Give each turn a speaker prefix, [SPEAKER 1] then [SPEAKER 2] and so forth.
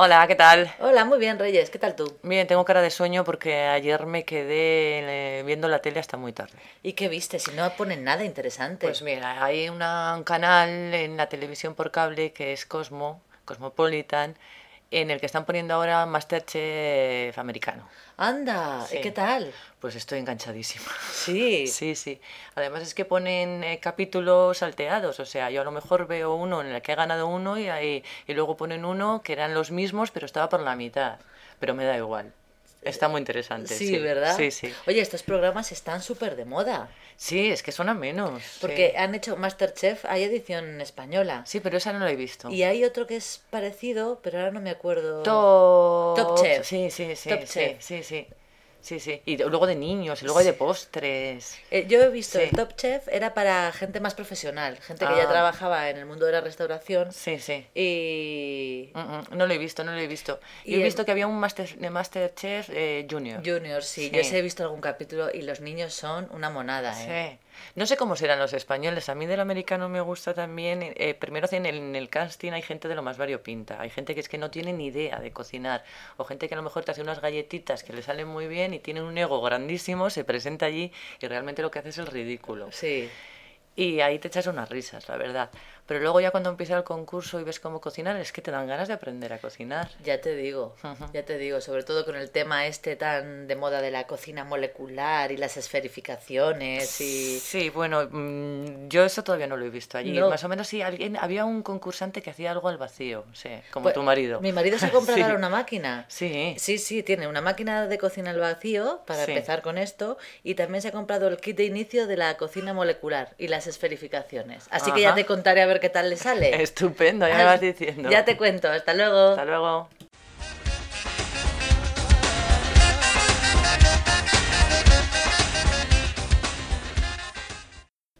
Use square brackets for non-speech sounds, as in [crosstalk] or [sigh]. [SPEAKER 1] Hola, ¿qué tal?
[SPEAKER 2] Hola, muy bien, Reyes. ¿Qué tal tú?
[SPEAKER 1] Bien, tengo cara de sueño porque ayer me quedé eh, viendo la tele hasta muy tarde.
[SPEAKER 2] ¿Y qué viste? Si no ponen nada interesante.
[SPEAKER 1] Pues mira, hay una- un canal en la televisión por cable que es Cosmo, Cosmopolitan, en el que están poniendo ahora Masterchef americano.
[SPEAKER 2] Anda,
[SPEAKER 1] Sí.
[SPEAKER 2] ¿qué tal?
[SPEAKER 1] Pues estoy enganchadísima. [laughs]
[SPEAKER 2] Sí.
[SPEAKER 1] Sí, sí. Además es que ponen eh, capítulos salteados, o sea, yo a lo mejor veo uno en el que ha ganado uno y, ahí, y luego ponen uno que eran los mismos, pero estaba por la mitad. Pero me da igual. Está muy interesante.
[SPEAKER 2] Sí, ¿verdad?
[SPEAKER 1] Sí, sí.
[SPEAKER 2] Oye, estos programas están súper de moda.
[SPEAKER 1] Sí, es que suena menos. sí.
[SPEAKER 2] Porque han hecho Masterchef, hay edición española.
[SPEAKER 1] Sí, pero esa no la he visto.
[SPEAKER 2] Y hay otro que es parecido, pero ahora no me acuerdo.
[SPEAKER 1] Top...
[SPEAKER 2] Top Chef.
[SPEAKER 1] Sí, sí, sí.
[SPEAKER 2] Top
[SPEAKER 1] sí,
[SPEAKER 2] Chef.
[SPEAKER 1] Sí, sí. Sí, sí. Y luego de niños, y luego hay de postres.
[SPEAKER 2] Eh, yo he visto
[SPEAKER 1] Sí.
[SPEAKER 2] el Top Chef, era para gente más profesional, gente que
[SPEAKER 1] Ah.
[SPEAKER 2] ya trabajaba en el mundo de la restauración.
[SPEAKER 1] Sí, sí.
[SPEAKER 2] Y.
[SPEAKER 1] Mm, mm, No lo he visto, no lo he visto.
[SPEAKER 2] Y
[SPEAKER 1] Yo he
[SPEAKER 2] el-
[SPEAKER 1] visto que había un master, de Masterchef eh, Junior.
[SPEAKER 2] Junior, sí,
[SPEAKER 1] Sí.
[SPEAKER 2] yo sí he visto algún capítulo y los niños son una monada, ¿eh?
[SPEAKER 1] Sí. No sé cómo serán los españoles. A mí del americano me gusta también. eh, primero hacen el- en el casting hay gente de lo más variopinta. Hay gente que es que no tiene ni idea de cocinar. O gente que a lo mejor te hace unas galletitas que le salen muy bien y tiene un ego grandísimo, se presenta allí y realmente lo que hace es el ridículo.
[SPEAKER 2] Sí.
[SPEAKER 1] Y ahí te echas unas risas, la verdad. Pero luego ya cuando empieza el concurso y ves cómo cocinar, es que te dan ganas de aprender a cocinar.
[SPEAKER 2] Ya te digo,
[SPEAKER 1] Ujú.
[SPEAKER 2] ya te digo, sobre todo con el tema este tan de moda de la cocina molecular y las esferificaciones y...
[SPEAKER 1] Sí, bueno, mm, yo eso todavía no lo he visto allí.
[SPEAKER 2] No.
[SPEAKER 1] Más o menos sí, alguien, había un concursante que hacía algo al vacío, sí, como
[SPEAKER 2] Pues,
[SPEAKER 1] tu marido.
[SPEAKER 2] Mi marido se ha comprado
[SPEAKER 1] [laughs] Sí.
[SPEAKER 2] ahora una máquina.
[SPEAKER 1] Sí.
[SPEAKER 2] Sí, sí, tiene una máquina de cocina al vacío para
[SPEAKER 1] Sí.
[SPEAKER 2] empezar con esto y también se ha comprado el kit de inicio de la cocina molecular y las esferificaciones. Así que ya
[SPEAKER 1] Ajá. [laughs]
[SPEAKER 2] te contaré a ver qué tal le sale.
[SPEAKER 1] Estupendo, ya me
[SPEAKER 2] Ay,
[SPEAKER 1] vas diciendo.
[SPEAKER 2] Ya te cuento, hasta luego.
[SPEAKER 1] Hasta luego.